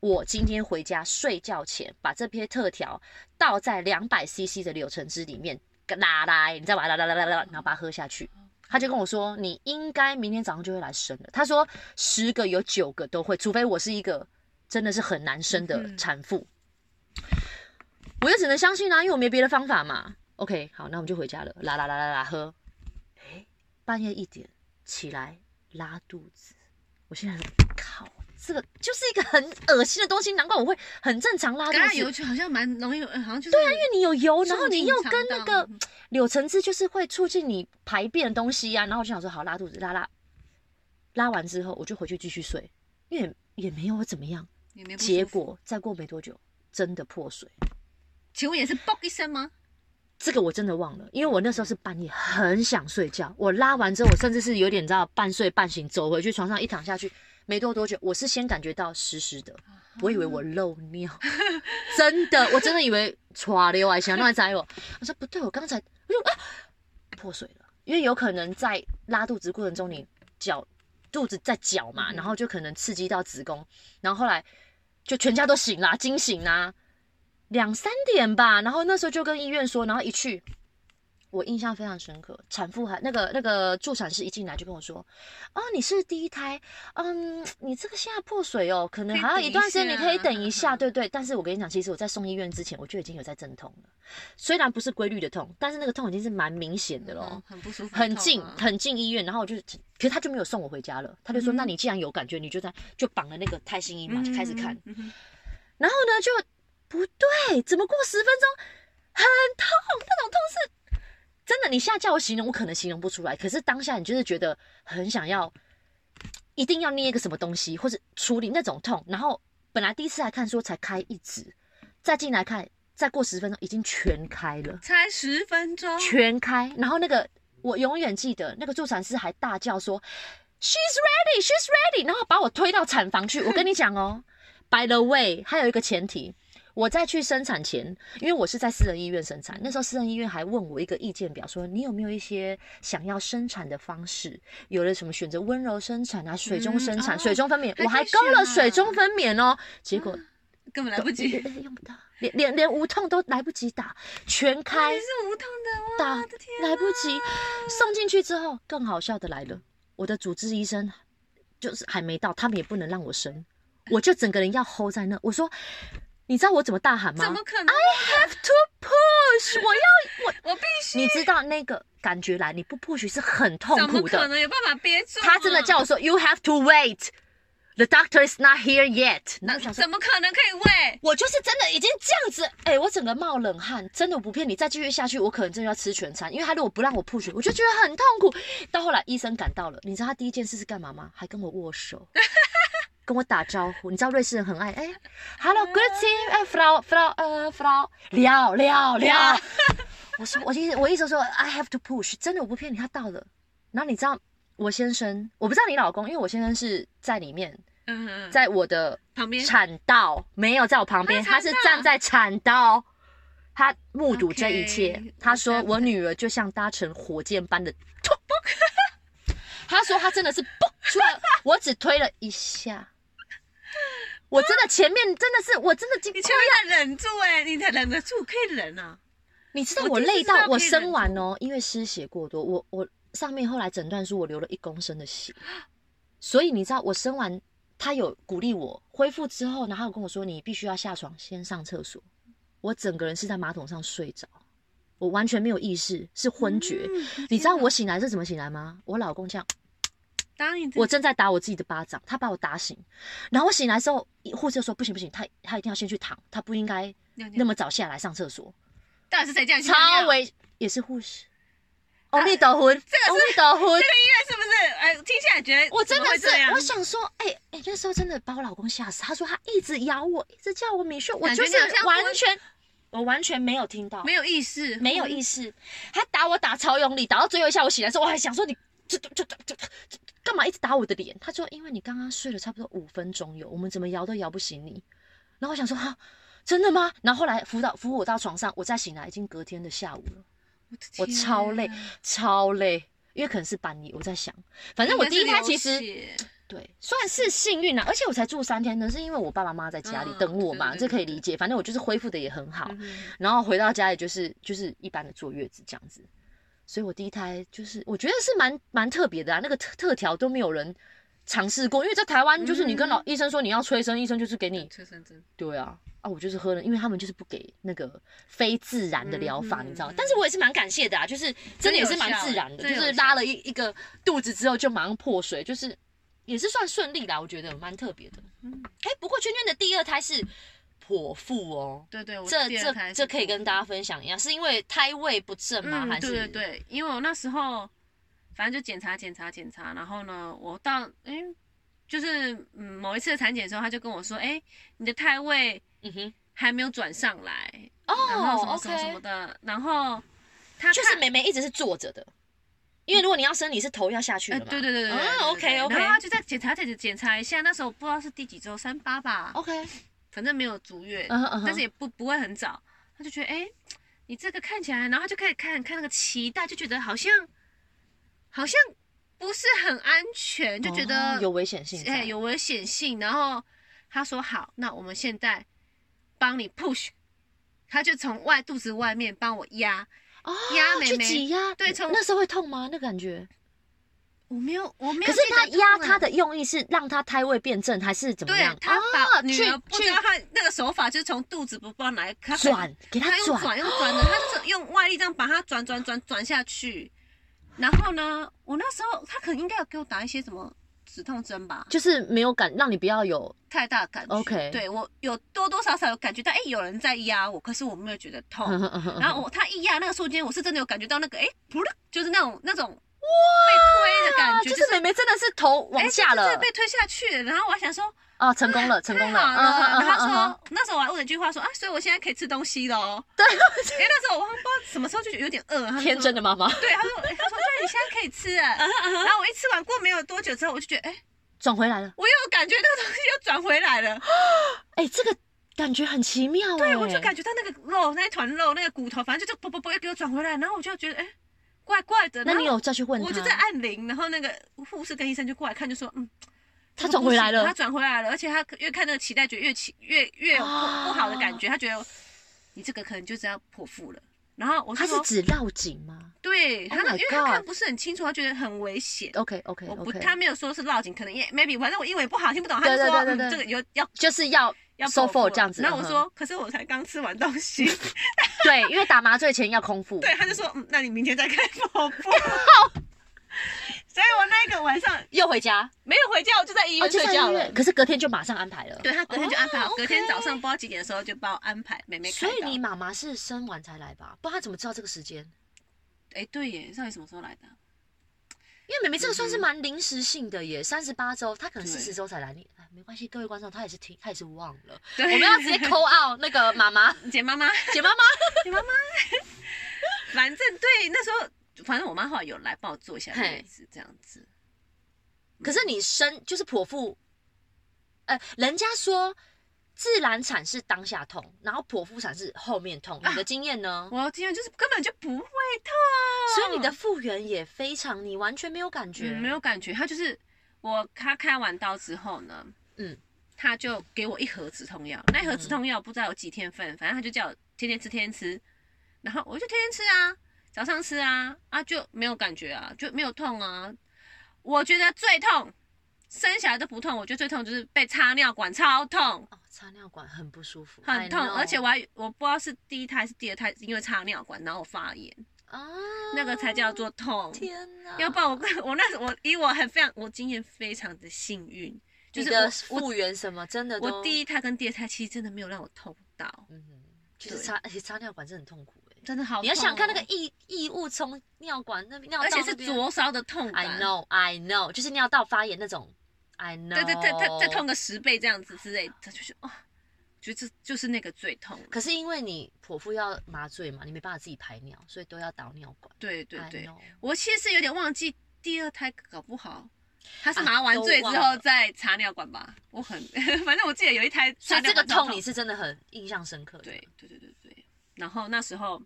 C: 我今天回家睡觉前把这篇特调倒在两百 CC 的柳橙汁里面，拉来，你再把它拉拉拉拉拉，然后把它喝下去。他就跟我说，你应该明天早上就会来生了。他说十个有九个都会，除非我是一个真的是很难生的
D: 嗯
C: 产妇。我就只能相信啊啦、因为我没别的方法嘛。OK，好，那我们就回家了，啦啦啦啦啦喝。哎，半夜一点起来拉肚子，我现在说靠，这个就是一个很恶心的东西，难怪我会很正常拉肚
D: 橄榄
C: 子，因
D: 油
C: 为
D: 就好像蛮容易有，好像就是对啊，因为
C: 你有油，然后你又跟那个柳橙汁就是会促进你排便的东西呀、然后我就想说好拉肚子拉拉，拉完之后我就回去继续睡，因为也没有怎么样。
D: 也没不舒服
C: 结，果再过没多久，真的破水。
D: 请问也是嘣一声吗？
C: 这个我真的忘了，因为我那时候是半夜很想睡觉，我拉完之后，我甚至是有点你知道半睡半醒，走回去床上一躺下去，没多多久，我是先感觉到湿湿的，我以为我漏尿，真的，我真的以为 唰溜啊，想乱摘我，我说不对，我刚才我就啊破水了，因为有可能在拉肚子过程中你脚肚子在绞嘛，
D: 嗯
C: 然后就可能刺激到子宫，然后后来就全家都醒啦，惊醒啦，两三点吧，然后那时候就跟医院说，然后一去。我印象非常深刻，产妇还那个那个助产士一进来就跟我说：“哦，你是第一胎，嗯，你这个现在破水哦，可能
D: 可以
C: 还要
D: 等
C: 一
D: 一
C: 段时间，你
D: 下
C: 可以等一下，
D: 嗯
C: 对对。”但是我跟你讲，其实我在送医院之前，我就已经有在阵痛了，虽然不是规律的痛，但是那个痛已经是蛮明显的咯
D: 嗯，很不舒服，
C: 很
D: 痛
C: 近
D: 啊
C: 很近医院，然后我就，可是他就没有送我回家了，他就说：“
D: 嗯
C: 那你既然有感觉，你就在就绑了那个泰心衣嘛，就开始看。”，
D: 嗯哼
C: 然后呢，就不对，怎么过十分钟很痛？那种痛是真的，你现在叫我形容，我可能形容不出来。可是当下你就是觉得很想要，一定要捏一个什么东西，或者处理那种痛。然后本来第一次来看说才开一指，再进来看，再过十分钟已经全开了。
D: 才十分钟，
C: 全开，然后那个我永远记得，那个助产师还大叫说，She's ready, she's ready，然后把我推到产房去。我跟你讲哦，By the way，还有一个前提。我在去生产前，因为我是在私人医院生产，那时候私人医院还问我一个意见表，说你有没有一些想要生产的方式？有了什么选择温柔生产啊，水中
D: 嗯
C: 生产、
D: 哦
C: 水中分娩，
D: 还
C: 我还
D: 可以
C: 勾了
D: 选啊
C: 水中分娩哦。结果
D: 根本嗯来不及，
C: 呃用不到，连连连无痛都来不及打，全开
D: 你。是无痛的，
C: 打
D: 哇我的天，啊
C: 来不及。送进去之后，更好笑的来了，我的主治医生就是还没到，他们也不能让我生，我就整个人要 hold 在那。我说，你知道我怎么大喊吗哎
D: 怎么可能？
C: ？To push，我要我，
D: 我必须，
C: 你知道那个感觉来，你不 push 是很痛
D: 怎么
C: 苦
D: 可
C: 的。
D: 能有办法憋住啊？
C: 他真的叫我说，You have to wait，the doctor is not here yet。然
D: 那
C: 后我想说
D: 怎么可能可以喂？
C: 我就是真的已经这样子，哎、我整个冒冷汗，真的我不骗你，再继续下去，我可能真的要吃全餐，因为他如果不让我破血，我就觉得很痛苦。到后来医生赶到了，你知道他第一件事是干嘛吗？还跟我握手，跟我打招呼。你知道瑞士人很爱哎、h e l l o good team，哎，Frau Frau 呃 Frau，聊聊聊。我说我一直我一直说 I have to push，真的我不骗你，他到了。然后你知道我先生，我不知道你老公，因为我先生是在里面，
D: 嗯嗯，
C: 在我的
D: 旁边
C: 产道没有在我旁边，
D: 啊
C: 他
D: 产道
C: 是站在产道，他目睹这一切
D: OK，。
C: 他说
D: 我知道
C: 我女儿就像搭乘火箭 般的突砰他说他真的是蹦出来，我只推了一下。我真的前面真的是，我真的经
D: 你居然忍住哎、你才忍得住，可以忍啊！
C: 你知道
D: 我
C: 我
D: 第一次
C: 累
D: 知道
C: 到我
D: 可以
C: 生
D: 忍
C: 完哦，因为失血过多，我我上面后来诊断说我流了一公升的血，所以你知道我生完，他有鼓励我恢复之后，然后他有跟我说你必须要下床先上厕所，我整个人是在马桶上睡着，我完全没有意识，是昏厥。
D: 嗯
C: 你知道我醒来是怎么醒来吗？我老公这样，
D: 当你自己
C: 我正在打我自己的巴掌，他把我打醒，然后我醒来之后，护士就说不行不行，他他一定要先去躺，他不应该
D: 尿尿
C: 那么早下来上厕所。
D: 到底是谁叫你去尿
C: 超
D: 尿？
C: 危，也是护士。阿弥陀佛，阿弥陀佛，
D: 对，是不是？哎，听起来觉得
C: 我真的是
D: 怎么会这样，
C: 我想说，哎、哎、那时候真的把我老公吓死。他说他一直咬我，一直叫我米秀，我
D: 感觉
C: 就
D: 你
C: 是
D: 好像
C: 完
D: 昏
C: 全，我完全没有听到，
D: 没有意识，
C: 没有意识。他打我打超用力，打到最后一下我醒来的时候，我还想说你这这这这这干嘛一直打我的脸？他说因为你刚刚睡了差不多五分钟有，我们怎么摇都摇不醒你。然后我想说哈，真的吗？然后后来扶到扶我到床上，我再醒来已经隔天的下午了。
D: 的
C: 我
D: 天
C: 超累
D: 啊，
C: 超累，因为可能是半夜，我在想，反正我第一胎其实对算是幸运啦、啊而且我才住三天呢，是因为我爸爸妈妈在家里
D: 嗯
C: 等我嘛，
D: 对对
C: 这可以
D: 对嗯
C: 理解。反正我就是恢复的也很好，
D: 应该是流血，
C: 然后回到家里就是就是一般的坐月子这样子，所以我第一胎就是我觉得是蛮蛮特别的啊，那个特特调都没有人尝试过，因为在台湾就是你跟老
D: 嗯
C: 医生说你要催生，医生就是给你
D: 车生针
C: 对啊，啊，我就是喝了，因为他们就是不给那个非自然的疗法，
D: 嗯
C: 你知道吗
D: 嗯？
C: 但是我也是蛮感谢的啊，就是真的也是蛮自然的，
D: 真有
C: 就
D: 效
C: 是拉了一一个肚子之后就马上破水，就是也是算顺利啦，我觉得蛮特别的。
D: 嗯
C: 哎、不过圈圈的第二胎是剖腹哦，
D: 对对，我
C: 这
D: 第二
C: 这
D: 胎是
C: 这可以
D: 剖
C: 跟大家分享一下，是因为胎位不正吗？还
D: 嗯，
C: 是
D: 对对对，因为我那时候反正就检查检查检查，然后呢，我到哎，就是嗯某一次的产检的时候，他就跟我说，哎，你的胎位
C: 嗯哼，
D: 还没有转上来，然后什
C: 哦
D: 么什么什么
C: ，OK，
D: 的，然后他
C: 就是
D: 看
C: 妹妹一直是坐着的，因为如果你要生，你是头要下去
D: 哎，
C: 的嘛。
D: 对对对对对
C: 啊
D: 对对对
C: ，OK，OK
D: 然后他就在检查检检查一下，那时候不知道是第几周，三八吧，
C: OK，嗯
D: 反正没有足月，
C: 哦嗯哼嗯哼，
D: 但是也不不会很早，他就觉得哎、诶你这个看起来，然后他就开始看看那个脐带，就觉得好像好像不是很安全，就觉得、
C: 哦有危险性在，
D: 哎、有危险性。然后他说好，那我们现在帮你 push，他就从外肚子外面帮我压，
C: 哦，
D: 压妹
C: 去
D: 妹
C: 挤压，
D: 对从
C: 那时候会痛吗？那感觉？
D: 我没有我没
C: 可
D: 有记
C: 是
D: 得痛
C: 他
D: 啊，
C: 压他的用意是让他胎位变正，还是怎么
D: 对
C: 样？
D: 他把
C: 啊
D: 女
C: 去
D: 儿不知道他那个手法就是从肚子不知道哪里
C: 去
D: 开始
C: 转，给
D: 他用
C: 转，
D: 转用转的，他就是用外力这样把它转转转转下去。然后呢，我那时候他可能应该有给我打一些什么止痛针吧，
C: 就是没有感，让你不要有
D: 太大的感觉。
C: OK
D: 对我有多多少少有感觉到，哎，有人在压我，可是我没有觉得痛。
C: 嗯啊
D: 然后我他一压那个瞬间，我是真的有感觉到那个哎，噗噜，就是那种那种被推的感
C: 啊，
D: 觉，
C: 就是妹妹真的是头往
D: 哎
C: 下
D: 就是
C: 了
D: 真的被推下去了。然后我还想说，
C: 啊，成功了，成
D: 太
C: 功
D: 好
C: 了，
D: 了。然后他
C: 嗯哼
D: 说，那时候我还问了一句话说啊，所以我现在可以吃东西了哦。
C: 对，
D: 因为那时候我忘不知道什么时候就有点饿，然后他就
C: 天真的妈妈
D: 对，他说，欸他说，对，你现在可以吃
C: 嗯
D: 了。然后我一吃完过没有多久之后，我就觉得，哎、
C: 转回来了，
D: 我又感觉那个东西又转回来了。
C: 哎，这个感觉很奇妙，哎
D: 对，我就
C: 觉
D: 感觉到那个肉，那一团肉，那个骨头，反正就啵啵啵又给我转回来。然后我就觉得，哎、怪怪的。
C: 那
D: 然后
C: 你有再去问
D: 我就在
C: 他？
D: 按铃，然后那个护士跟医生就过来看，就说，嗯，
C: 他
D: 这个
C: 转
D: 不
C: 回
D: 行
C: 来了
D: 他转回来了，而且他越看那个脐带，觉得越起越越有不
C: 啊
D: 不好的感觉，他觉得你这个可能就是要剖腹了。然后我
C: 他
D: 就是说，
C: 指绕颈吗
D: 对，他
C: Oh
D: 那
C: my
D: 因为他看
C: God
D: 不是很清楚，他觉得很危险。
C: ？OK OK
D: 我不，
C: OK，
D: 他没有说是绕颈，可能也 maybe，反正我英文也不好，听不懂。他
C: 对
D: 就说
C: 对对对对
D: 嗯这个有要
C: 就是要
D: 要
C: so
D: 剖腹
C: for 这样子，
D: 然后我
C: 嗯哼
D: 说，可是我才刚吃完东 西。
C: 对，因为打麻醉前要空腹，
D: 对，他就说，嗯，那你明天再开剖腹。所以我那个晚上
C: 又回家，
B: 没有回家，我就在医
C: 哦，
B: 院
C: 就
B: 睡
C: 在
B: 觉
C: 医
B: 了
C: 院，。可是隔天就马上安排了。
D: 对他隔天就安排好，
C: 哦
D: 隔天
C: OK
D: 早上不知道几点的时候就帮我安排妹妹
C: 所
D: 开刀。
C: 以你妈妈是生完才来吧？不然她怎么知道这个时间？
D: 哎对耶，到底什么时候来的啊？
C: 因为妹妹这个算是
D: 嗯
C: 蛮临时性的耶，三十八周，她可能
D: 对
C: 四十周才来。你哎，没关系，各位观众，她也是听，她也是忘 了。
D: 对，
C: 我们要直接 call out 那个妈妈、
D: 姐妈妈，
C: 姐妈妈。
D: 反正对那时候，反正我妈后来有来帮我做一下
C: 嘿
D: 月子这样子。
C: 可是你生就是剖腹，呃，人家说自然产是当下痛，然后剖腹产是后面痛。
D: 啊
C: 你的经验呢？
D: 我今天就是根本就不会痛，
C: 所以你的复原也非常，你完全没有感觉，
D: 嗯没有感觉。他就是我，他开完刀之后呢，
C: 嗯，
D: 他就给我一盒止痛药，那一盒止痛药不知道有几天份，反正他就叫我天天吃，天天吃，然后我就天天吃啊，早上吃啊，啊就没有感觉啊，就没有痛啊。我觉得最痛，生下来都不痛，我觉得最痛就是被插尿管，超痛。
C: 哦，插尿管很不舒服，I
D: 很痛，
C: know
D: 而且我还我不知道是第一胎还是第二胎，因为插尿管然后我发炎，
C: 啊，
D: 那个才叫做痛。
C: 天哪！
D: 要不然我跟我那时 我以我很非常我今天非常的幸运，就
C: 你
D: 是
C: 的哦
D: 我
C: 复
D: 我
C: 原什么真的都
D: 我第一胎跟第二胎其实真的没有让我痛到，
C: 嗯哼，就是
D: 对
C: 插，而且插尿管真的很痛苦哎、
D: 真的好、哦
C: 你要想看那个，异异物从尿管那边尿道
D: 而且是
C: 那边
D: 灼烧的痛
C: ，I
D: 感。
C: know I know，就是尿道发炎那种，I know。
D: 对对对，再再痛。个十倍这样子之类的，就是哦，觉得这就是那个最痛了。
C: 可是因为你剖腹要麻醉嘛，你没办法自己排尿，所以都要导尿管。
D: 对对对
C: I，know
D: 我其实有点忘记第二胎搞不好。他是
C: 啊
D: 麻完
C: 都
D: 醉之
C: 忘
D: 后
C: 了
D: 再插尿管吧，我很， 反正我记得有一胎
C: 所
D: 插
C: 以
D: 尿
C: 这个
D: 管超
C: 痛你是真的很印象深刻的。
D: 对对对对对。然后那时候，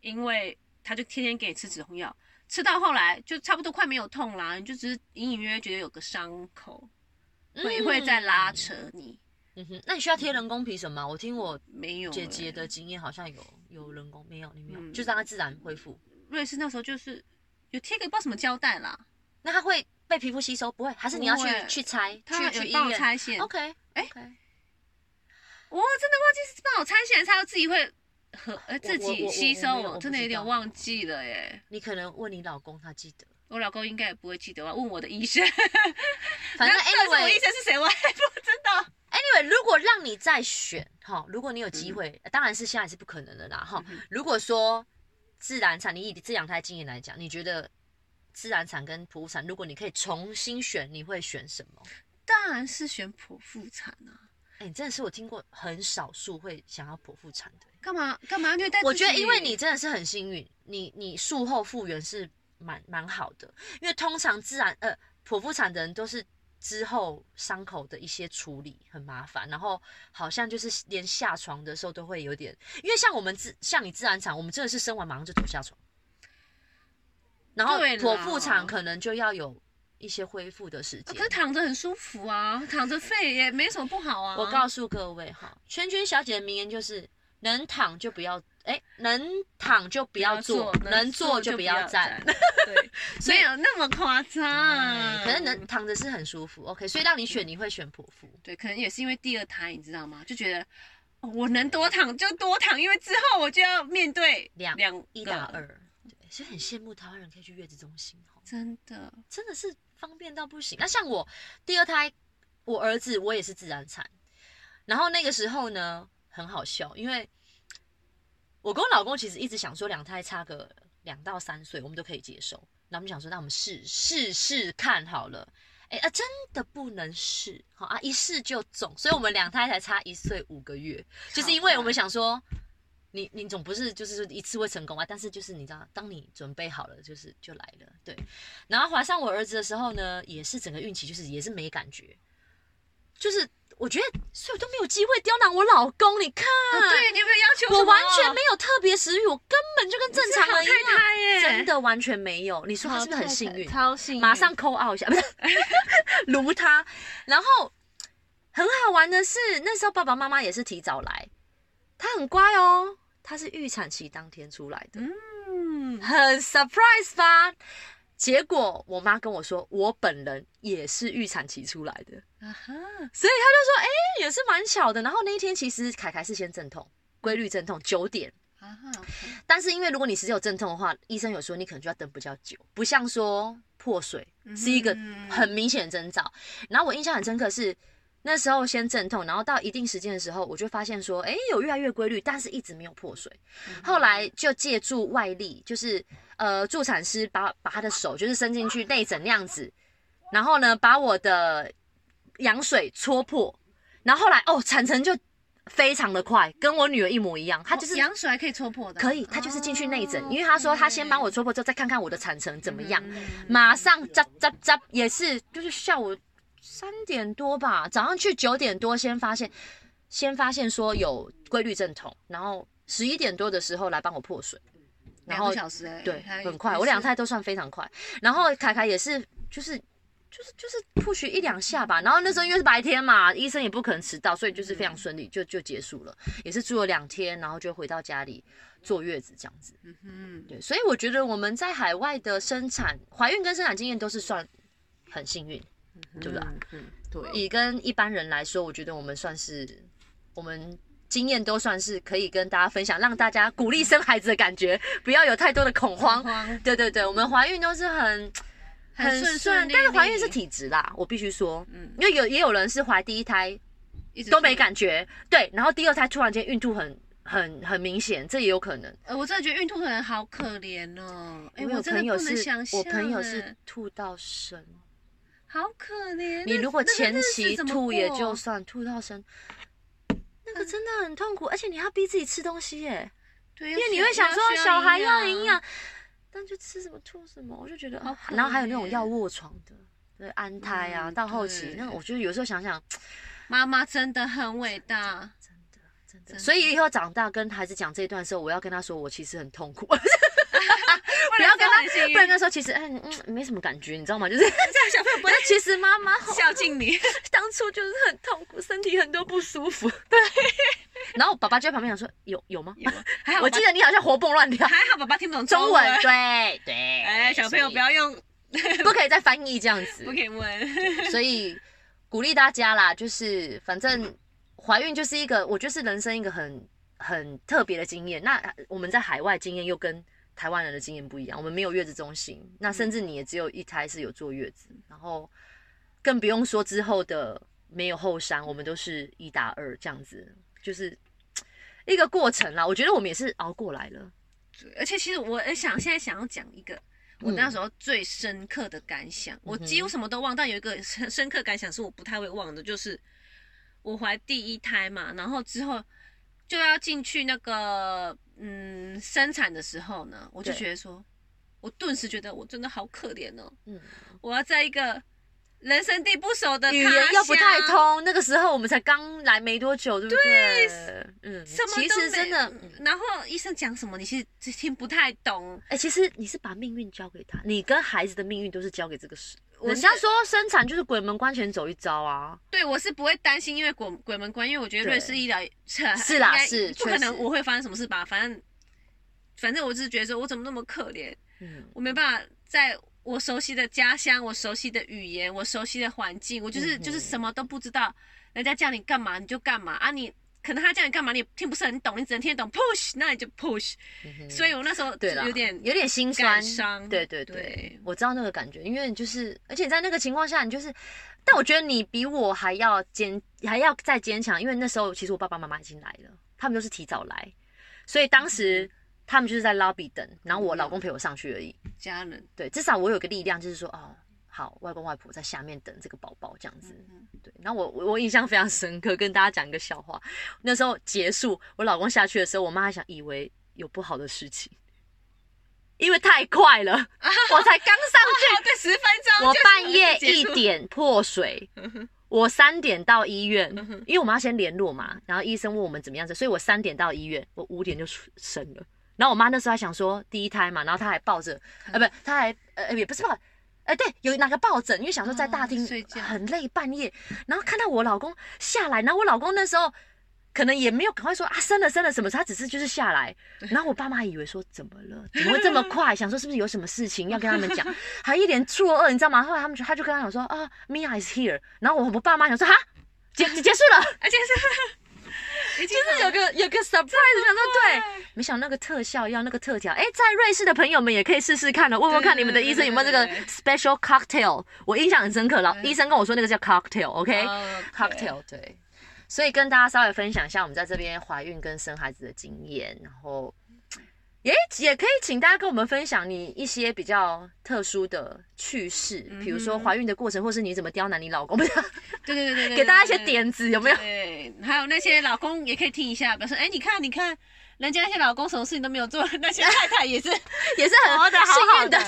D: 因为他就天天给你吃止痛药，吃到后来就差不多快没有痛啦，你就只是隐隐约约觉得有个伤口，
C: 嗯，
D: 会、会在拉扯你。
C: 嗯哼，那你需要贴人工皮什么吗？我听我
D: 没有、
C: 姐姐的，经验好像有有人工，没有你没有，
D: 嗯
C: 就是让它自然恢复。
D: 瑞士那时候就是有贴个不知道什么胶带啦，
C: 那它会被皮肤吸收，不会？还是你要去
D: 不会
C: 去拆？
D: 他
C: 去去医
D: 有帮我
C: 院哦
D: 拆线，
C: ？OK，
D: 哎
C: OK
D: 我真的忘记是帮我拆线，还是他要自己会和呃自
C: 我我
D: 己
C: 我
D: 吸
C: 我
D: 收，
C: 没有
D: 我
C: 我
D: 真
C: 不
D: 的
C: 知
D: 有点
C: 道
D: 忘记了耶。
C: 你可能问你老公，他记得。
D: 我老公应该也不会记得，我要问我的医生。
C: 反正
D: 那到底是我医
C: anyway
D: 生是谁，我还不知道。
C: anyway，如果让你再选，哈，如果你有机会，当然是现在是不可能的啦，哈
D: 嗯。哼
C: 如果说自然产，你以自然胎经验来讲，你觉得自然产跟剖腹产，如果你可以重新选，你会选什么？
D: 当然是选剖腹产啊！
C: 哎、你真的是我听过很少数会想要剖腹产的。
D: 干嘛干嘛虐待自己？
C: 我觉得，因为你真的是很幸运，你你术后复原是蛮蛮好的，因为通常自然呃剖腹产的人都是之后伤口的一些处理很麻烦，然后好像就是连下床的时候都会有点，因为像我们自像你自然产，我们真的是生完马上就走下床，然后
D: 对啦
C: 剖腹产可能就要有一些恢复的时
D: 啊
C: 间
D: 可。是躺着很舒服啊，躺着废也没什么不好啊。
C: 我告诉各位哈，圈圈小姐的名言就是：能躺就不要，哎、能躺就不
D: 不
C: 要坐，能坐就不要站。。
D: 对，没有那么夸张。
C: 对嗯可是能躺着是很舒服，OK。所以让你选，你会选剖腹。
D: 对，可能也是因为第二胎，你知道吗？就觉得哦我能多躺就多躺，因为之后我就要面对
C: 两
D: 两
C: 一打
D: 个，
C: 二，对，所以很羡慕台湾人可以去月子中心哦，
D: 真的。
C: 真的是方便到不行。那像我第二胎，我儿子我也是自然产，然后那个时候呢很好笑，因为我跟我老公其实一直想说两胎差个两到三岁我们都可以接受，那我们想说那我们试试试看好了。哎啊，真的不能试，好啊，一试就中，所以我们两胎才差一岁五个月，就是因为我们想说，你你总不是就是说一次会成功啊，但是就是你知道，当你准备好了，就是就来了，对。然后怀上我儿子的时候呢，也是整个孕期就是也是没感觉，就是我觉得，所以我都没有机会刁难我老公，你看，
D: 啊对，你有没有要求什么？
C: 我完全没有特别食欲，我根本就跟正常人一
D: 太
C: 样，
D: 太耶，
C: 真的完全没有。你说他是不是很幸运？
B: 超幸运，
C: 马上扣 out 一下，不 是撸他。然后很好玩的是，那时候爸爸妈妈也是提早来，他很乖哦，他是预产期当天出来的，
D: 嗯。
C: 很 surprise 吧？结果我妈跟我说，我本人也是预产期出来的，
D: 啊哈，
C: 所以他就说，哎、也是蛮巧的。然后那一天其实凯凯是先阵痛，规律阵痛九点。
D: 啊哈，OK，
C: 但是因为如果你只有阵痛的话，医生有说你可能就要等比较久，不像说破水，是一个
B: 嗯
C: 很明显的征兆。然后我印象很深刻是那时候先阵痛，然后到一定时间的时候，我就发现说，哎，有越来越规律，但是一直没有破水。后来就借助外力，就是呃助产师把把他的手就是伸进去内诊那样子，然后呢把我的羊水戳破，然后后来哦产程就非常的快，跟我女儿一模一样，她就是、
D: 哦羊水还可以戳破的啊，
C: 可以，她就是进去内诊，
D: 哦
C: 因为她说她先帮我
D: OK
C: 戳破之后再看看我的产程怎么样，
D: 嗯
C: 马上扎扎扎也是就是下午三点多吧，早上去九点多先发现，先发现说有规律阵痛，然后十一点多的时候来帮我破水，然
D: 两个
C: 后
D: 小时哎，
C: 对
D: 还
C: 很快，我两胎都算非常快，然后凯凯也是就是。就是就是 push 一两下吧，然后那时候因为是白天嘛，医生也不可能迟到，所以就是非常顺利就就结束了，也是住了两天，然后就回到家里坐月子这样子。
D: 嗯
C: 对，所以我觉得我们在海外的生产、怀孕跟生产经验都是算很幸运。对吧？
A: 嗯，对，
C: 以跟一般人来说，我觉得我们算是我们经验都算是可以跟大家分享，让大家鼓励生孩子的感觉，不要有太多的恐慌。
D: 慌
C: 对对对，我们怀孕都是很
D: 很顺
C: 顺
D: 顺，利
C: 但是怀孕
D: 利
C: 是体质啦，我必须说，
D: 嗯
C: 因为有也有人是怀第一胎
D: 一直
C: 都没
D: 戳
C: 感觉，对，然后第二胎突然间孕吐很很很明显，这也有可能。
D: 呃，我真的觉得孕吐的人好可怜哦。哎、
C: 我有
D: 我真的
C: 朋友
D: 不
C: 是
D: 能想，象、
C: 我朋友
D: 哎
C: 是吐到生。
D: 好可怜。
C: 你
D: 那
C: 如果
D: 那个
C: 前
D: 日子
C: 期
D: 怎么
C: 吐也
D: 过
C: 就算，吐到生，嗯那个真的很痛苦，而且你要逼自己吃东西耶，
D: 对，
C: 因
D: 啊因
C: 为你会想说小孩要营养
D: 养，，
C: 但就吃什么吐什么，我就觉得
D: 好
C: 啊
D: 可
C: 然后还有那种
D: 怜
C: 要卧床的，对安胎啊，
D: 嗯
C: 到后期那
D: 对
C: 我觉得有时候想想，
D: 妈妈真的很伟大。
C: 真的真
D: 真
C: 的，
D: 的
C: 所以以后长大跟孩子讲这一段的时候，我要跟他说我其实很痛苦，不
D: 不
C: 要跟他，
D: 不
C: 不然跟他说其实嗯嗯没什么感觉，你知道吗？就是 小朋友不会，其实妈妈
D: 孝敬你。
C: 当初就是很痛苦，身体很多不舒服。对，然后我爸爸就在旁边讲说：“有有吗？
D: 还好
C: 我
D: 爸
C: 记得你好像活蹦乱跳，
D: 还好，爸爸听不懂
C: 中文。对对。
D: 哎，小朋友不要用，
C: 所以不可以再翻译这样子
D: 不，可以问。
C: 所以鼓励大家啦，就是反正怀孕就是一个，我觉得是人生一个很很特别的经验。那我们在海外经验又跟台湾人的经验不一样，我们没有月子中心，那甚至你也只有一胎是有坐月子，然后更不用说之后的没有后山，我们都是一打二这样子，就是一个过程啦。我觉得我们也是熬过来了。
D: 而且其实我也想现在想要讲一个我
C: 嗯
D: 那时候最深刻的感想，我几乎什么都忘，但有一个深深刻感想是我不太会忘的，就是我怀第一胎嘛，然后之后就要进去那个嗯生产的时候呢，我就
C: 对
D: 觉得说，我顿时觉得我真的好可怜哦，
C: 嗯，
D: 我要在一个人生地不熟的
C: 语
D: 他
C: 言又不太
D: 乡
C: 通，那个时啊候我们才刚来没多久，对不对？嗯，
D: 什么都
C: 其实真的，
D: 没
C: 嗯
D: 然后医生讲什么，你是听不太懂。
C: 哎、其实你是把命运交给他，你跟孩子的命运都是交给这个事。
D: 我
C: 人
D: 是
C: 家说生产就是鬼门关前走一遭啊，
D: 对我是不会担心，因为鬼鬼门关，因为我觉得
C: 对
D: 瑞士医疗
C: 是啦
D: 应该
C: 是
D: 不可
C: 确实
D: 能我会发生什么事吧？反正反正我只是觉得说我怎么那么可怜，
C: 嗯，
D: 我没办法在我熟悉的家乡、我熟悉的语言、我熟悉的环境，我就是、
C: 嗯哼
D: 就是什么都不知道，人家叫你干嘛你就干嘛啊你。可能他叫你干嘛，你也听不是很懂，你只能听得懂 push，那你就 push。
C: 嗯哼
D: 所以我那时候
C: 对啦，
D: 有点
C: 有点心酸
D: 感，伤。
C: 对对对，
D: 对，
C: 我知道那个感觉，因为就是，而且在那个情况下，你就是，但我觉得你比我还要坚，还要再坚强，因为那时候其实我爸爸妈妈已经来了，他们都是提早来，所以当时他们就是在 lobby 等，然后我老公陪我上去而已。
D: 家人。
C: 对，至少我有个力量，就是说，哦，好，外公外婆在下面等这个宝宝这样子。
D: 嗯
C: 对，然后我我我印象非常深刻，跟大家讲一个笑话。那时候结束，我老公下去的时候，我妈还想以为有不好的事情，因为太快了，我才刚上
D: 啊，对，十分
C: 去，
D: 钟。
C: 我
D: 就是
C: 半夜
D: 结
C: 一
D: 束嗯
C: 点破水。我三点到医院，因为我们要先联络嘛，然后医生问我们怎么样子，所以我三点到医院，我五点就出生了。然后我妈那时候还想说第一胎嘛，然后她还抱着，呃，不，她还呃呃也不是抱，呃对，有拿个抱枕，因为想说在大厅
D: 哦睡觉
C: 很累，半夜，然后看到我老公下来，然后我老公那时候可能也没有赶快说啊生了生了什么，他只是就是下来，然后我爸妈还以为说怎么了，怎么会这么快，想说是不是有什么事情要跟他们 讲，还一脸错愕，你知道吗？后来他们就他就跟他讲说啊，Mia is here，然后我我爸妈想说哈。结结束了，
D: 而且是
C: 就是有个有个 surprise，想说对，没想到那个特效要那个特调，哎，在瑞士的朋友们也可以试试看啊的，问问看你们的医生有没有这个
D: 对对
C: special cocktail，我印象很深刻，老
D: 对
C: 医生跟我说那个叫 cocktail，OK，cocktail、
D: 哦对
C: 哎 cocktail，对，所以跟大家稍微分享一下我们在这边怀孕跟生孩子的经验，然后。也也可以请大家跟我们分享你一些比较特殊的趣事，比如说
D: 嗯哼
C: 怀孕的过程，或是你怎么刁难你老公，不是
D: 对对对对对，
C: 给大家一些
D: 对。
C: 点子，有没有？
D: 对，还有那些老公也可以听一下，表示哎，你看你看，人家那些老公什么事情都没有做， 那些太太 也是
C: 也是很
D: 活得好
C: 幸
D: 好
C: 运
D: 的
C: 的。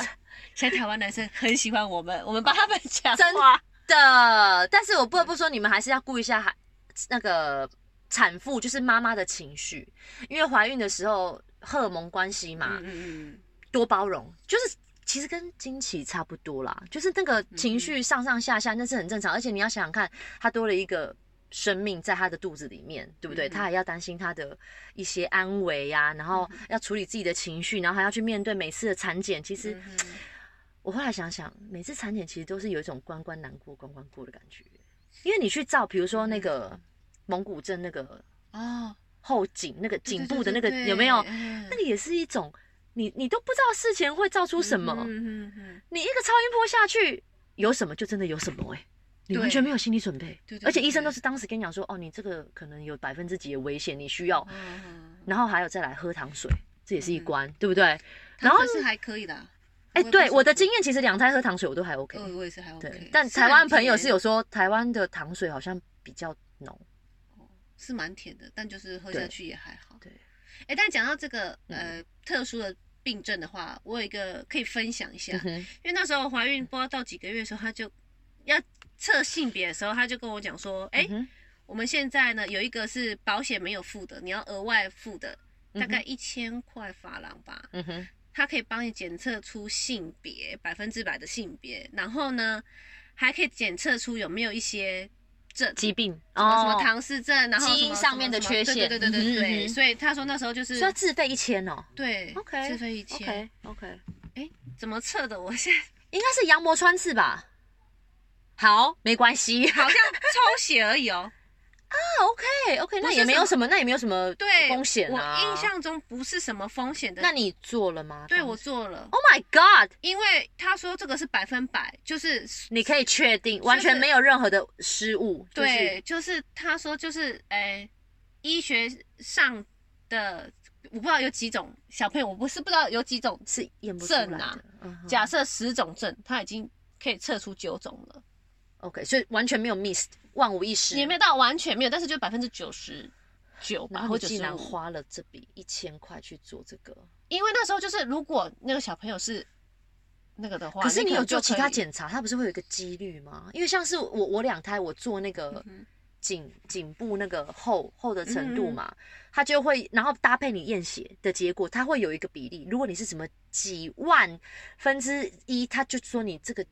D: 现在台湾男生很喜欢我们，我们帮他们讲
C: 真
D: 话。
C: 的，但是我不得不说，你们还是要顾一下孩那个产妇，就是妈妈的情绪，因为怀孕的时候荷尔蒙关系嘛，
D: 嗯嗯嗯，
C: 多包容，就是其实跟经期差不多啦，就是那个情绪上上下下那是很正常，而且你要想想看，她多了一个。生命在她的肚子里面，对不对？
D: 嗯
C: 她还要担心她的一些安危呀、然后要处理自己的情绪，然后还要去面对每次的产检。其实
D: 嗯哼
C: 我后来想想，每次产检其实都是有一种关关难过关关过的感觉，因为你去照，比如说那个
D: 嗯
C: 蒙古镇那个
D: 哦，
C: 后颈那个
D: 对
C: 颈部的那个有没？有
D: 对？嗯对
C: 那
D: 对
C: 个也是一种，你你都不知道事前会照出什么，
D: 嗯嗯嗯嗯，
C: 你一个超音波下去有什么就真的有什么哎、你完全没有心理准备，
D: 对对
C: 而且医生
D: 对
C: 都是当时跟你讲说，哦，你这个可能有百分之几的危险，你需要，
D: 嗯嗯
C: 然后还有再来喝糖水，这也是一
D: 嗯
C: 关，对不对？然后
D: 他们是还可以的啊。
C: 哎，
D: 也不
C: 对，
D: 是
C: 我的
D: 很
C: 经验其实两胎喝糖水我都还 OK，、
D: 呃，我也是还 OK
C: 对，。但
D: 是
C: 台湾
D: 很
C: 朋友
D: 甜
C: 是有说台湾的糖水好像比较浓，
D: 是蛮甜的，但就是喝
C: 对
D: 下去也还好。
C: 对，嗯
D: 哎、但讲到这个呃特殊的病症的话，我有一个可以分享一下，
C: 嗯哼，
D: 因为那时候怀孕不知道到几个月的时候，他就要测性别的时候，他就跟我讲说，哎、
C: 嗯哼
D: 我们现在呢有一个是保险没有付的，你要额外付的，大概一千块法郎吧。
C: 嗯哼，
D: 它可以帮你检测出性别，百分之百的性别，然后呢，还可以检测出有没有一些症，
C: 疾病
D: 什么什么
C: 哦，
D: 唐氏症，然后
C: 基因
D: 什么
C: 上面的
D: 什么什么
C: 缺陷
D: 对对对
C: 嗯
D: 对
C: 哼
D: 对
C: 嗯哼
D: 对，所以他说那时候就是
C: 所以要自费一千哦
D: 对
C: OK，
D: 自费一千，
C: ，OK OK，
D: 怎么测的？我现在
C: 应该是羊膜穿刺吧？好，啊没关系，
D: 好像抽血而已哦。
C: OK OK，
D: 不
C: 那
D: 是
C: 也没有
D: 什
C: 什么，那也没有什么
D: 对，
C: 风险啊。
D: 我印，象中不是什么风险的。
C: 那你做了吗？
D: 对
C: 当
D: 我
C: 时
D: 做了，
C: ，Oh my God，
D: 因为他说这个是百分百，就是
C: 你可以确定完全没有任何的失误，就是
D: 对，就是他说就是诶、呃医学上的我不知道有几种小朋友，我不是不知道有几种
C: 是验不出来
D: 正啊
C: 的。嗯哼
D: 假设十种症，他已经可以测出九种了，
C: OK，所以完全没有 miss，万无一失。
D: 也没有到完全没有，但是就百分之九十九
C: 然后
D: 吧，或
C: 你
D: 者
C: 竟
D: 是
C: 然花了这笔一千块去做这个，
D: 因为那时候就是如果那个小朋友是那个的话，
C: 可是你
D: 可
C: 有
D: 能就
C: 做其
D: 可
C: 他
D: 以，
C: 检查，它不是会有一个几率吗？因为像是我我两胎我做那个
D: 嗯哼
C: 颈颈部那个厚厚的程度
D: 嗯嗯嗯
C: 嘛，它就会然后搭配你验血的结果，它会有一个比例。如果你是什么几万分之一，它就说你这个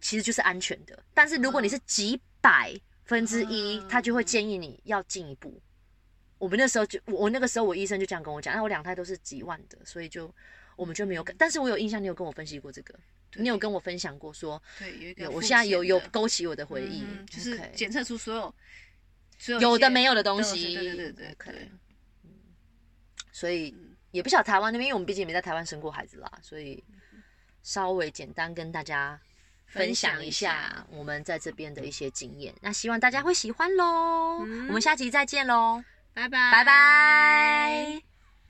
C: 其实就是安全的。但是如果
D: 嗯
C: 你是几百分之一，它就会建议你要进一步。我们那时候就我我那个时候我医生就这样跟我讲，那我两胎都是几万的，所以就我们就没有跟。但是我有印象，你有跟我分析过这个，
D: 对
C: 你有跟我分享过说，
D: 对有一个
C: 有
D: 复
C: 我现在有
D: 检
C: 有
D: 的
C: 勾起我的回忆
D: 嗯哼就是
C: ，OK
D: 检测出所有所有一
C: 有的
D: 些
C: 没有的东
D: 东西
C: 西，
D: 对对对对
C: OK，
D: 对嗯
C: 嗯，所以也不晓得台湾那边，因为我们毕竟也没在台湾生过孩子啦，所以稍微简单跟大家分
D: 分
C: 享
D: 享
C: 一
D: 一
C: 下
D: 下
C: 我们在这边的一些经验，那希望大家会喜欢喽，
D: 嗯
C: 我们下集再见喽，
D: 拜拜
C: 拜拜。